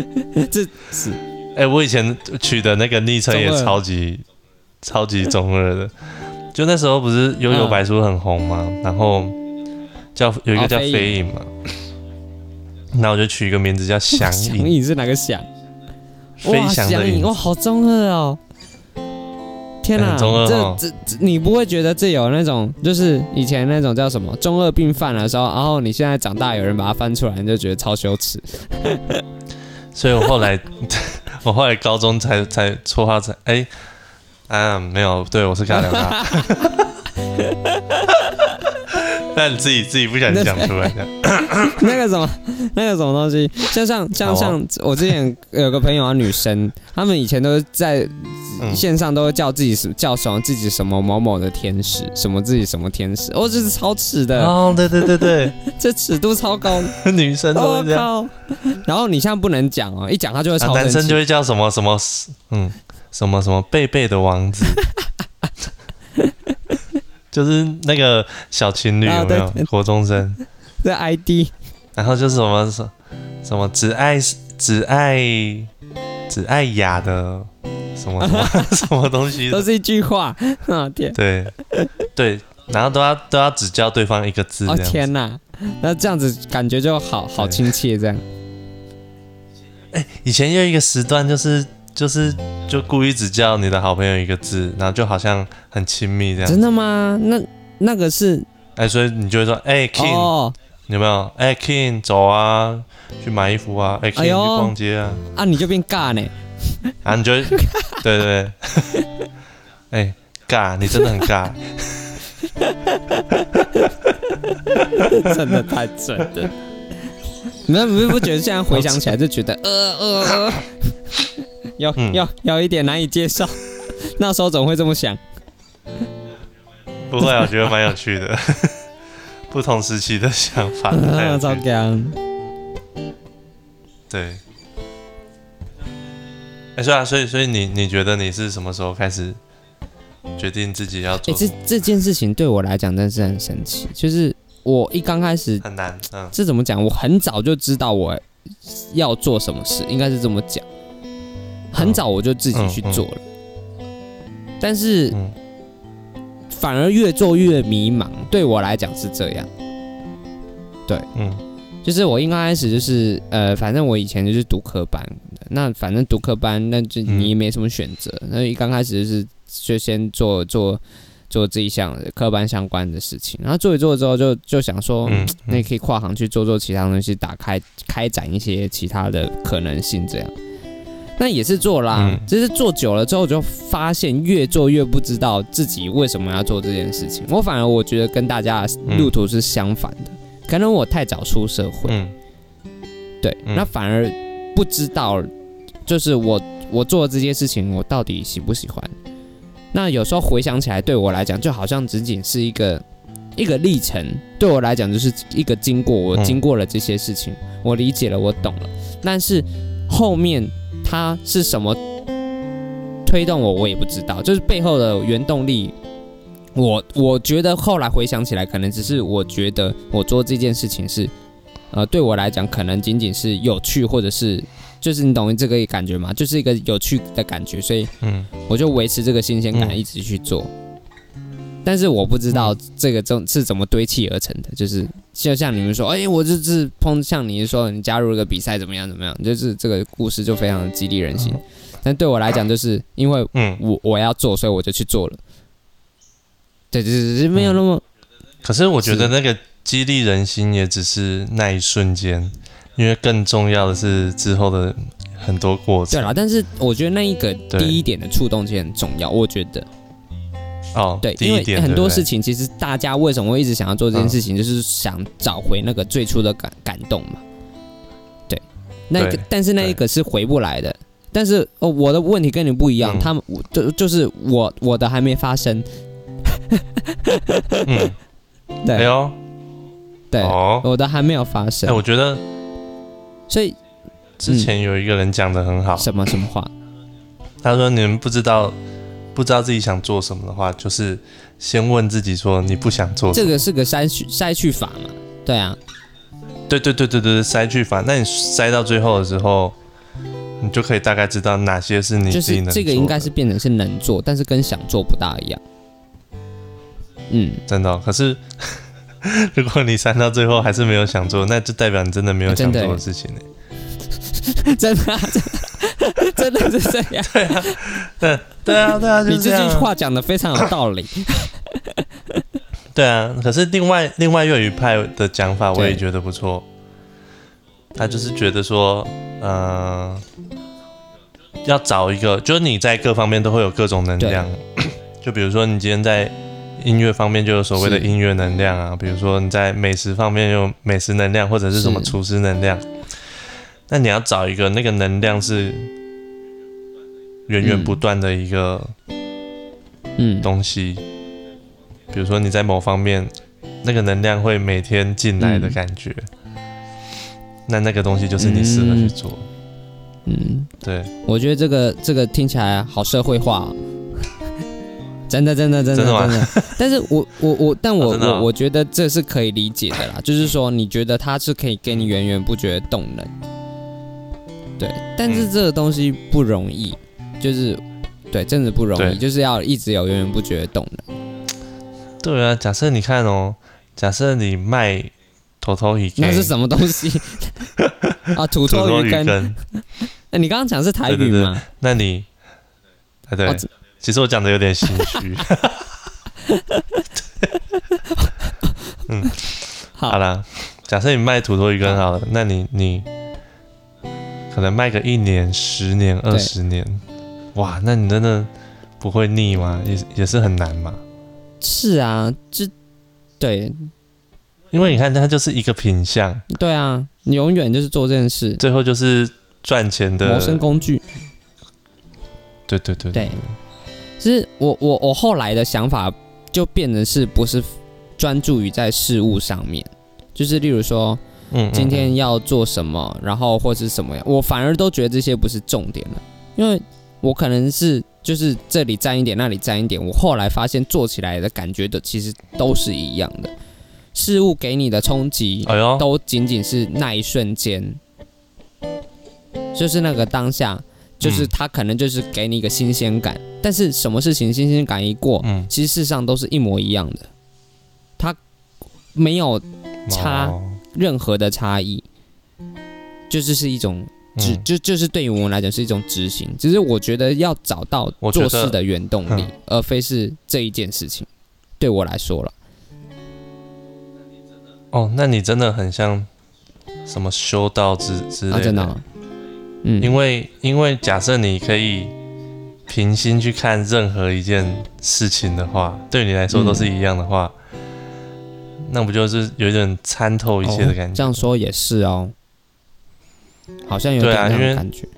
这是
哎，我以前取的那个昵称也
中二
超级超级中二的，就那时候不是悠悠
嗯
白书很红嘛，然后叫有一个
哦
叫
飞
飞影嘛，那我就取一个名字叫翔
响
影，
哦影是哪个响？
飞翔的
影，
影
哇，好中二哦！天
哎
哪，
很中二
这
哦
这这，你不会觉得这有那种，就是以前那种叫什么中二病犯的时候，然后你现在长大有人把它翻出来，你就觉得超羞耻。
所以我后来 我后来高中才才绰号才哎。啊，没有，对我是尬聊 尬，但你自己自己不想讲出来的，
那个什么，那个什么东西，像像像
好啊
像我之前有个朋友啊，女生，她们以前都是在
嗯
线上都会叫自己什叫什么自己什么某某的天使，什么自己什么天使，哦，这是超尺的，
哦，对对对对，
这尺度超高，
女生都
我
会这样，
哦靠！然后你现在不能讲哦，一讲他就会
啊
超
男
生
生
气
就会叫什么什么，嗯，什么什么贝贝的王 子，就是那个小情侣
啊
有没有
对对？
国中生，
这 ID
然后就是什么什什么只爱只爱只爱雅的什么什么什么东西的
都是一句话， 啊天，
对对，然后都要都要只叫对方一个字，
哦
这样子。
天哪！那这样子感觉就好好亲切，这样
以前有一个时段就是就是就故意只叫你的好朋友一个字，然后就好像很亲密这样
真。的吗？那那个是
哎，所以你就会说，哎、k i n g
哦，
有没有？哎、k i n g 走啊，去买衣服啊，哎、k i
哎
n
呦
g 去逛街啊，
啊你就变尬呢。
然后你就 会，对对对， 哎、尬，你真的很尬，
真的太准了。你们不不觉得现在回想起来就觉 得呃呃呃，有
嗯
有有一点难以接受。 那时候总会这么 想，
不会啊，我觉得蛮有趣的， 不同时期的想 法，蛮有
啊，
趣
糟
的
糕！
对。哎、所以啊，所以所以你你觉得你是什么时候开始决定自己要
哎、
做什
这
么？
这件事情对我来讲真的是很神奇，就是我一刚开始
很难，嗯，
这怎么讲？我很早就知道我要做什么事，应该是这么讲。很早我就自己去做了，但是
嗯
反而越做越迷茫。对我来讲是这样，
嗯
就是我一刚开始就是呃，反正我以前就是读科班的，那反正读科班，那就
嗯
你也没什么选择。那一刚开始就是就先做做做这一项科班相关的事情，然后做一做之后就就想说，
嗯，
哦那也可以跨行去做做其他东西，打开开展一些其他的可能性，这样。那也是做啦，
嗯
只是做久了之后就发现越做越不知道自己为什么要做这件事情。我反而我觉得跟大家的路途是相反的，可能我太早出社会，
嗯嗯
对，
嗯
那反而不知道，就是我我做这些事情，我到底喜不喜欢？那有时候回想起来，对我来讲，就好像仅仅是一个一个历程，对我来讲就是一个经过，我
嗯
经过了这些事情，我理解了，我懂了，但是后面它是什么推动我，我也不知道，就是背后的原动力。我我觉得后来回想起来，可能只是我觉得我做这件事情是呃，对我来讲，可能仅仅是有趣，或者是就是你懂这个感觉吗？就是一个有趣的感觉，所以
嗯
我就维持这个新鲜感，
嗯
一直去做。但是我不知道这个怎是怎么堆砌而成的，就是就像你们说，哎、我就是碰像你说你加入一个比赛怎么样怎么样，就是这个故事就非常的激励人心。但对我来讲，就是因为
嗯。
我我要做，所以我就去做了。对对对，对没有那
嗯
么、
可是我觉得
是
那个激励人心也只是那一瞬间，因为更重要的是之后的很多过
对
程。
啦。但是我觉得那一个
对
第一点的触动其实很重要，我觉得。
哦，
对，
第
因
一
为
点
很多
对不对嗯
事情，其实大家为什么会一直想要做这件事情，就是想找回那个最初的感感动嘛。对，那个
对
但是那一个是回不来的。但是哦，我的问题跟你不一样，
嗯
他们我就就是我我的还没发生，
嗯，
对、
哎呦，
对，
哦，
我的还没有发生
哎，，我觉得
所以嗯
之前有一个人讲的很好，
什么什么话，
他说你们不知道不知道自己想做什么的话，就是先问自己说你不想做什
这
么。
个是个筛去筛去法嘛，对啊，
对对对对对对，筛去法。那你筛到最后的时候，你就可以大概知道哪些是你
就
自己能
是
做的。
这个应该是变成是能做，但是跟想做不大一样。嗯，
真的哦、可是 如果你删到最后还是没有想做，那就代表你真的没有
哎
想
真的
做的
哎
事情呢。
真的、啊，真的真的是这样。
对啊，对啊，就
你
是
这
这样
句
啊。
话讲的非常有 道理。
对啊，可是另外另外粤语派的讲法，我也
对
觉得不错。他就是觉得说，呃，要找一个，就是你在各方面都会有各种能量。 就比如说，你今天在音乐方面就有所谓的
是
音乐能量啊，比如说你在美食方面有美食能量，或者是什么
是
厨师能量。那你要找一个那个能量是源源不
嗯
断的一个
嗯，
东西，比如说你在某方面那个能量会每天进来
嗯
的感觉，那那个东西就是你适合去做。
嗯，
对，
我觉得这个这个听起来好社会化、 哦。真的，真的，真的，
真的吗
的但是我我我，但我、
哦真的哦
我我觉得这是可以理解的啦。就是说，你觉得它是可以给你源源不绝的动能，对。但是
嗯
这个东西不容易，就是对，真的不容
对
易，就是要一直有源源不绝的动能。
对啊。假设你看哦，假设你卖头头鱼
那
羹
是什么东西 啊？土
土
托
头
鱼
鱼
羹。
羹，
哎你刚刚讲是台
对对
语
对
吗？
那你哎对
哦这，
其实我讲的有点心虚。嗯，
好
好啦，假设你卖土豆鱼羹好了，那你你可能卖个一年、十年、
对
二十年，哇，那你真的不会腻吗？也也是很难嘛，
是啊，这对
因为你看它就是一个品相，
对啊，你永远就是做这件事，
最后就是赚钱的
谋生工具。
对对对
对，其实我我我后来的想法就变成是不是专注于在事物上面，就是例如说
嗯，嗯
今天要做什么，然后或是什么样，我反而都觉得这些不是重点了，因为我可能是就是这里沾一点，那里沾一点，我后来发现做起来的感觉的其实都是一样的，事物给你的冲击
嗯哎呦，
都仅仅是那一瞬间，就是那个当下，就是
嗯
他可能就是给你一个新鲜感，但是什么事情新鲜感一过，
嗯，
其实事实上都是一模一样的，它没有差
哦
任何的差异，就这是一种执，
嗯
就就是对于我们来讲是一种执行，只是我觉得要找到
我觉
做
得
事的原动力
嗯，
而非是这一件事情，对我来说了，
哦，那你真的很像什么修道之之类
啊，
的，
真的啊，嗯，
因为因为假设你可以平心去看任何一件事情的话，对你来说都是一样的话，那不就是有一点参透一切的感
这
觉？
样说也是哦，好像有
对
点
啊
那
因
种
为
感觉。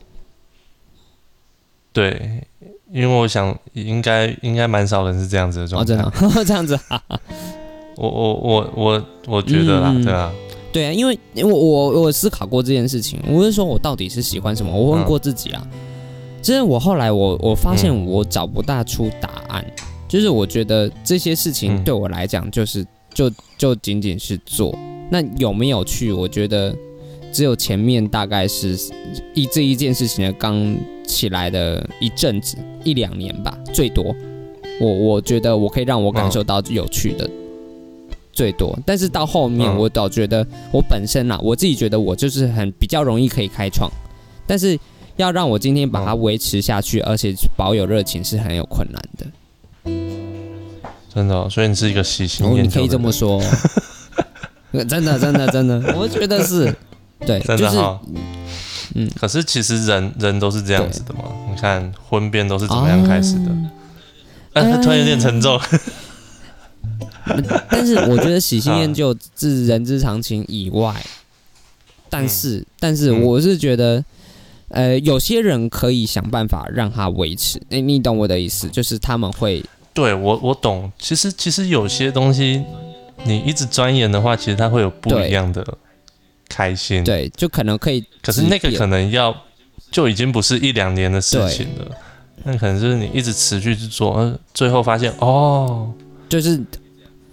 对，因为我想应该应该蛮少人是这样子的状态。
哦， 真的啊、这样子啊？
我我我我我觉得啦，
嗯
对啊，
对啊，因为因为我我我思考过这件事情，我是说我到底是喜欢什么？我问过自己啊，就是我后来我我发现
嗯
我找不大出答案，就是我觉得这些事情
嗯
对我来讲就是、就就仅仅是做，那有没有趣？我觉得只有前面大概是一这一件事情的刚起来的一阵子一两年吧，最多。我我觉得我可以让我
嗯
感受到有趣的最多，但是到后面
嗯
我倒觉得我本身啦，我自己觉得我就是很比较容易可以开创，但是要让我今天把它
嗯
维持下去，而且保有热情是很有困难的。
真的哦、所以你是一个喜新
然后
厌
你
旧的人，
可以这么说， 真的真的真的，我觉得是，对，
真
就
的
是
哈、
嗯
可是其实人人都是这样
对
子的嘛，你看婚变都是怎么样开始的？
啊
哎、
哎
突然有点沉重。
但是我觉得喜新厌旧是人之常情以外，但是、但是我是觉得，呃，有些人可以想办法让它维持。你你懂我的意思，就是他们会
对我我懂。其实其实有些东西你一直钻研的话，其实它会有不
对
一样的开心。，
对，就可能可以，
可是那个
只
可能要就已经不是一两年的事情了。那可能就是你一直持续去做，呃最后发现哦，
就是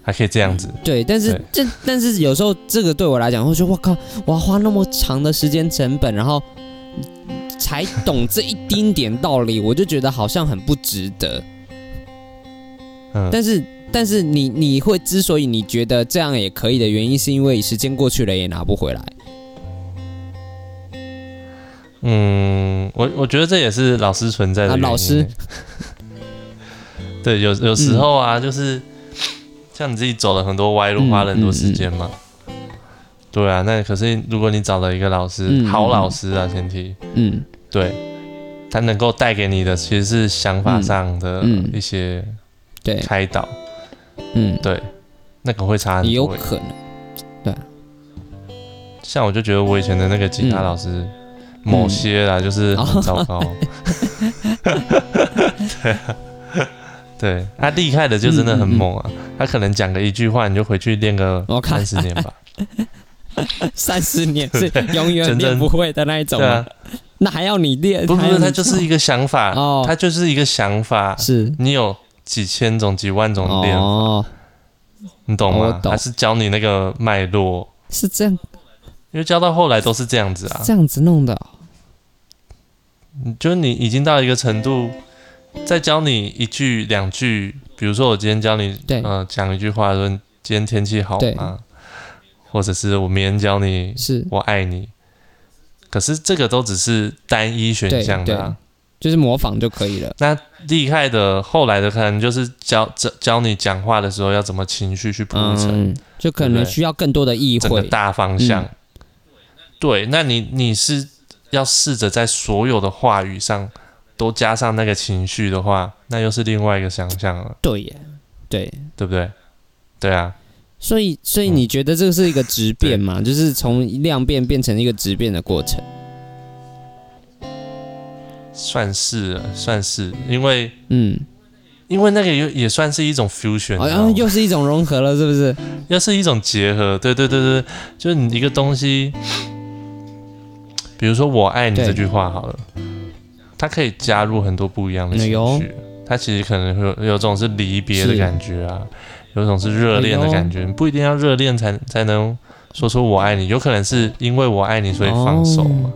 还可以这样子。
对，但是
对
这但是有时候这个对我来讲，我觉得我靠，我要花那么长的时间成本，然后才懂这一丁点道理，我就觉得好像很不值得。
嗯，
但是但是你你会之所以你觉得这样也可以的原因，是因为时间过去了也拿不回来。
嗯，我我觉得这也是老师存在的、
啊老师，
对，有有时候啊，就是像你自己走了很多歪路，
嗯
花了很多时间嘛。对啊，那可是如果你找了一个老师，
嗯
好老师啊，前提
嗯，
对他能够带给你的其实是想法上的
嗯嗯
一些
对，
开导，
嗯，
对，那个会差很
也有
多。欸
可能，
像我就觉得我以前的那个吉他老师，
嗯
某些啦，就是
哦
很糟 糕。对啊，对，他厉害的就真的很猛啊！他可能讲个一句话，你就回去练个
嗯我
三
看
十年 吧。
三十年是永远
真正
练不会的那一种
对
吗、
啊，
那还要你练？
不不
还要
不，
你
他就是一个想法，
哦
他就是一个想法。
是
你有几千种、几万种练，
哦，
你懂
我
吗？
懂
他是教你那个脉络，
是这样
因为教到后来都是这样子啊
这。样子弄的哦、
就是你已经到一个程度，再教你一句两句，比如说我今天教你，
对
呃，讲一句话说今天天气好
对
吗？或者是我明天教你
是
我爱你，可是这个都只是单一选项的、啊。
就是模仿就可以了。
那厉害的后来的可能就是教教教你讲话的时候要怎么情绪去铺陈，
嗯，就可
对
能
不对
需要更多的意
整个
会。嗯
大方向。对，那你你是要试着在所有的话语上都加上那个情绪的话，那又是另外一个想象了，
对耶，对，
对不对？对啊，
所以所以
嗯
你觉得这个是一个质变嘛？就是从量变变成一个质变的过程。
算是了算是，因为
嗯，
因为那个也也算是一种 fusion，、
好
啊
像、又是一种融合了，是不是？
要是一种结合，对对对对，就是你一个东西，比如说“我爱你”
对
这句话好了，它可以加入很多不一样的情
哎
绪，它其实可能会有有种是离别的
是
感觉啊，有种是热恋的感觉，你不一定要热恋才才能说出“我爱你”，有可能是因为我爱你所以放手
哦
嘛，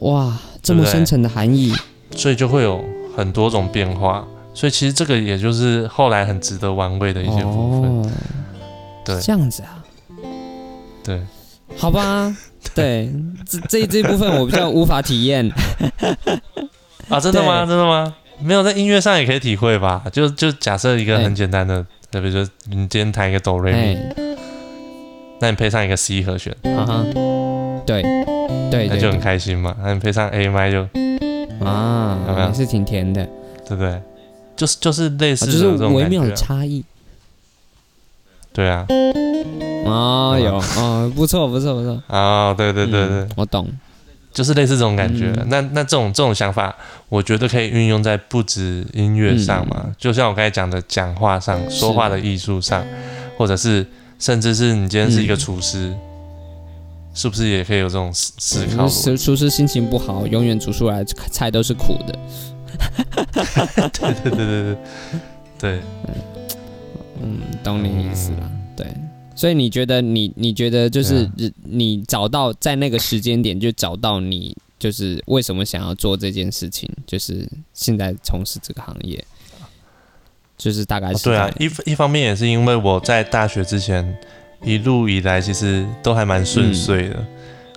哇，这
对不
么
对
深层的含义。
所以就会有很多种变化，所以其实这个也就是后来很值得玩味的一些部分，
哦，
对
这样子啊，
对。
好吧。对，这这这部分我比较无法体 验。
啊，真的吗？
对
真的吗？没有在音乐上也可以体会吧？就就假设一个
哎
很简单的，特别说你今天弹一个哆瑞咪，
哎，
那你配上一个 C 和弦，
啊哈，对，对
那
对
就很
对
开心嘛。那你配上 A 麦就有没
啊，
有
也是挺甜的，啊
对不对？就是就是类似
啊就
的
是
这种
微
感
妙的
觉啊，
差异。
对啊，
哦，
对
有
吧
哦，不错不错不错，
啊，嗯对对对对
嗯，我懂，
就是类似这种感觉。
嗯
那那这种这种想法，我觉得可以运用在不止音乐上嘛，
嗯
就像我刚才讲的，讲话上、说话的艺术上，或者是甚至是你今天是一个
嗯
厨师，是不是也可以有这种思思考
嗯就
逻
是
辑？
厨厨师心情不好，永远煮出来菜都是苦
对
的。
对对对对对，
嗯，懂你意思
哦
了。对，所以你觉得你你觉得就是
啊
你找到在那个时间点就找到你就是为什么想要做这件事情，就是现在从事这个行业，就是大概
哦
是
对啊
这，样
一一方面也是因为我在大学之前一路以来其实都还蛮
嗯
顺遂的，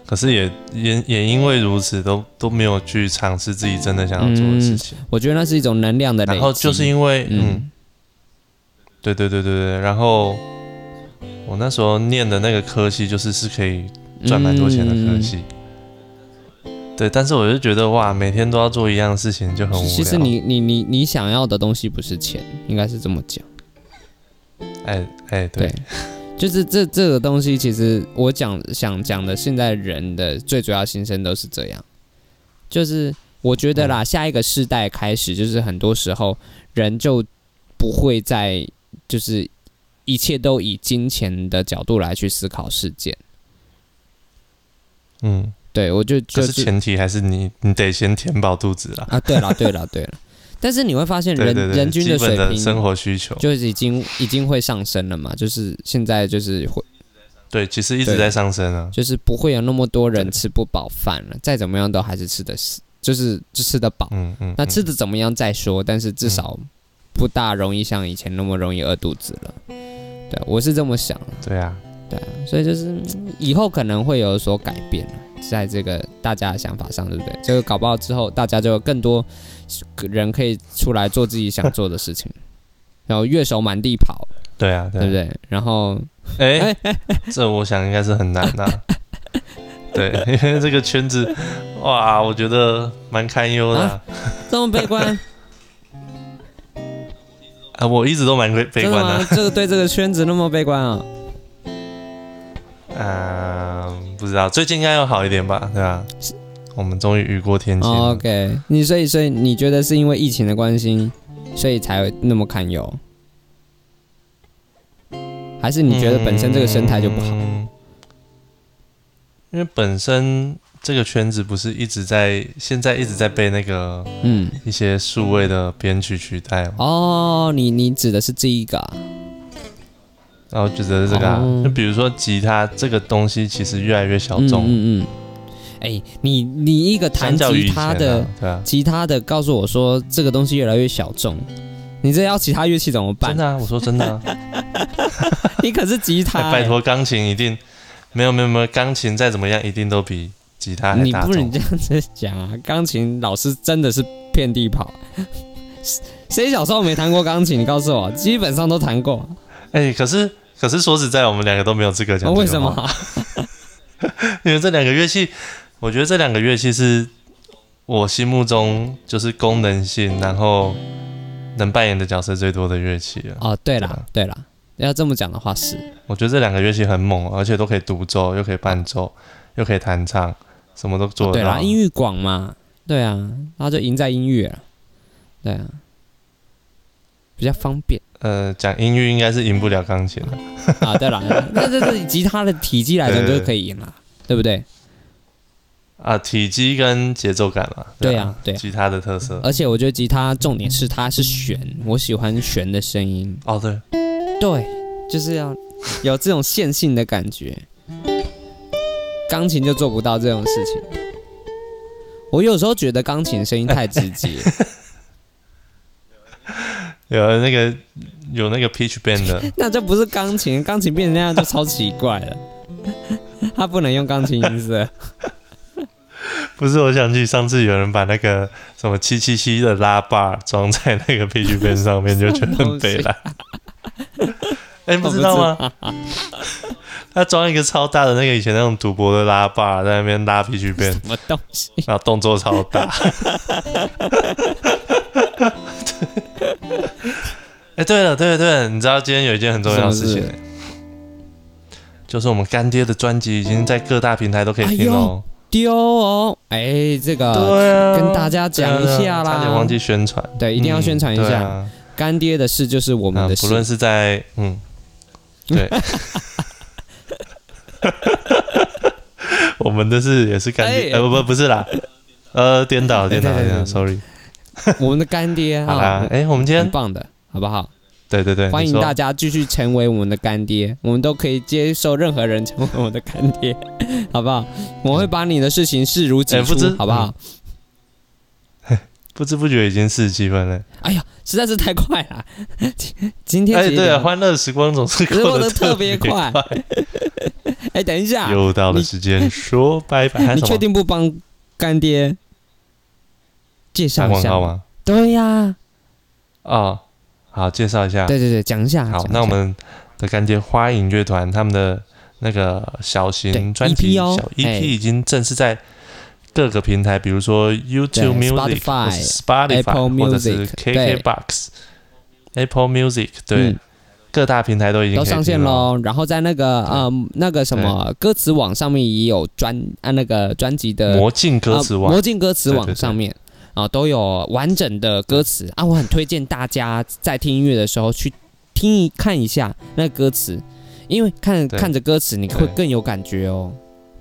可是也也也因为如此都都没有去尝试自己真的想要做的事情，
我觉得那是一种能量的嗯累积。
然后就是因为嗯
嗯
对对对对对，然后我那时候念的那个科系就是是可以嗯赚蛮多钱的科
嗯
系。对，但是我就觉得哇，每天都要做一样的事情就很无聊。
其实你你你你想要的东西不是钱，应该是这么讲。
哎哎，对
对，就是这这个东西，其实我讲想讲的，现在人的最主要心声都是这样，就是我觉得啦，
嗯
下一个世代开始，就是很多时候人就不会再就是一切都以金钱的角度来去思考事件。
嗯，
对我就
可
就是
前提还是你你得先填饱肚子啦。
啊，对了对了对了，但是你会发现人
对对对，
人均
基
的水
本的
平
生活需求，
就是已经已经会上升了嘛，就是现在就是会
对，其实一直
对
在上升啊。
就是不会有那么多人
对
吃不饱饭了，再怎么样都还是吃得就是就吃得饱。
嗯嗯，
那
嗯
吃的怎么样再说，但是至少不大容易像以前那么容易饿肚子了。对，我是这么想的，
对啊，
所以就是嗯以后可能会有所改变了，在这个大家的想法上，对不对？这个搞不好之后，大家就有更多人可以出来做自己想做的 事情，然后乐手满地跑，
对啊，
对不
对啊？
对？然后
哎， 这我想应该是很难呐。对，因为这个圈子，哇，我觉得蛮堪忧的啊。
这么悲观，
啊，我一直都蛮悲 悲
真的
观啊
吗
的。？
这个对这个圈子那么悲观啊？
嗯，不知道，最近应该要好一点吧？对吧？我们终于雨过天晴
哦
了。
OK，你所以所以你觉得是因为疫情的关系，所以才会那么堪忧，还是你觉得本身这个生态就不好？
嗯因为本身这个圈子不是一直在现在一直在被那个
嗯，
一些数位的编曲取代嘛，
哦，你你指的是这一个、啊，
然后觉得是这个、啊
哦，
就比如说吉他这个东西，其实越来越小
嗯
众，
嗯嗯，哎、你你一个弹
相较于
吉
以前
他
啊
的、
对啊，
吉他的，告诉我说这个东西越来越小众，你这要其他乐器怎么办
真？的啊，我说真的啊，
你可是吉他、
哎拜托钢琴一定没有没有没有，钢琴再怎么样一定都比吉他还
你
大
不
众
能这，样子讲啊！钢琴老师真的是遍地跑，谁小时候没弹过钢琴？你告诉我，基本上都弹过。
哎，可是可是说实在，我们两个都没有啊资格讲
哦、
这个
为什么
话？？因为这两个乐器，我觉得这两个乐器是我心目中就是功能性，然后能扮演的角色最多的乐器了。
哦，对
对
啦
啊，
对啦，要这么讲的话是，
我觉得这两个乐器很猛，而且都可以独奏，又可以伴奏，又可以弹唱，什么都做
啊对
得到。
啦，音域广嘛，对啊，那就赢在音域了，对啊，比较方便
呃，讲音域应该是赢不了钢琴的。
啊。对啦， 那这是吉他的体积来讲就是可以赢啦，对不对？
啊，体积跟节奏感嘛，
对
啊
啊，对啊
吉他的特色。
而且我觉得吉他重点是它是弦，我喜欢弦的声音。
哦，对，
对，就是要有这种线性的感觉。钢琴就做不到这种事情。我有时候觉得钢琴声音太直接，
有那个有那个 pitch bend 的，
那就不是钢琴，钢琴变成那样就超奇怪了。它不能用钢琴音色，
不是，我想起上次有人把那个什么七七七的拉把装在那个 PG 边上面，就觉得很 北蓝。哎、你不知道 吗？他装一个超大的那个以前那种赌博的拉把，在那边拉 PG 边，
什么东西？
然后动作超大。 哎、对了，对了，对了，你知道今天有一件很重要的事情、
什么
就是我们干爹的专辑已经在各大平台都可以听
哎
喽
呦。 丢哦！哎，这个
对啊，
跟大家讲一下啦
差点忘记宣传，
对，一定要宣传一
嗯对
下，
啊
干爹的事就是我们
那
的
不论
事。
是在嗯， 对，我们的是也是干爹，
哎
呃，不不不是啦，呃，颠倒颠倒
对对对
颠倒
对
，sorry，
我们的干爹
好啦
啊，，
哎，我们今
很
天
棒的，好不好？
对对对，
欢迎大
家，
家继续成为我们的干爹， 我们都可以接受任何人成为我们的干爹， 好不好？我会把你的事情视如己
哎
出
不知，
好不好？
不知不觉已经四十七分了，
哎呀，实在是太快了， 今今天
哎，
几
对啊，
点？
欢乐时光总是过
过
得
得特
别
别快，哎，等一下，
又到了时间说拜拜，还
你
有什
确
么
定不帮干爹介
打
绍一
广
下
告？吗？
对呀、
啊，好，介绍一下，
对对对，讲一下。
好
讲，一
那我
下
们的干爹花影乐团他们的那个小型
对
专辑
EP 哦
小 EP
哎
已经正式在各个平台，比如说 YouTube
对
Music、
Spotify
或是 Spotify
Apple
或者是
Music，对
KKBox、Apple Music，对，
嗯
各大平台都已经
都
可以
上线
听了。
喽。然后在那个呃那个什么歌词网上面也有专啊那个专辑的
魔镜歌词
啊
网
魔镜歌词
对对
网
对
上面啊、都有完整的歌词啊，我很推荐大家在听音乐的时候去听一看一下那歌词，因为看
对
看着歌词你
对
会更有感觉哦。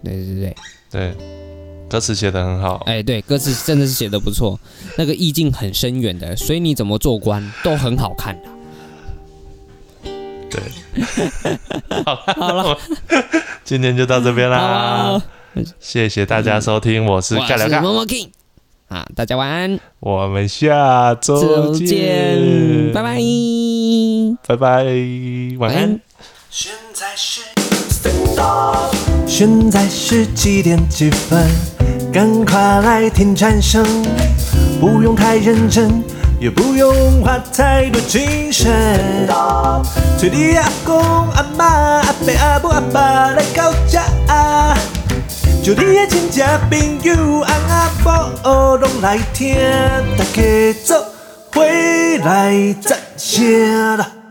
对对对，
哦对，歌词写的很好。
哎对，歌词真的是写的不错，那个意境很深远的，所以你怎么做官都很好看的。
好了，今天就到这边啦
好，，啊
谢谢大家收听，我啊是
我
尬聊
是
尬，
m o King 啊，大家晚安，
我们下周
周
见
见，，拜拜，
拜拜，晚
晚安
安。
现在是现在是几点几分？赶快来听蝉声，不用太认真，也不用花太多精神。催你阿公阿妈阿伯阿母阿爸来到家，就你的亲戚朋友翁阿婆拢来听，大家做伙来赞声啦！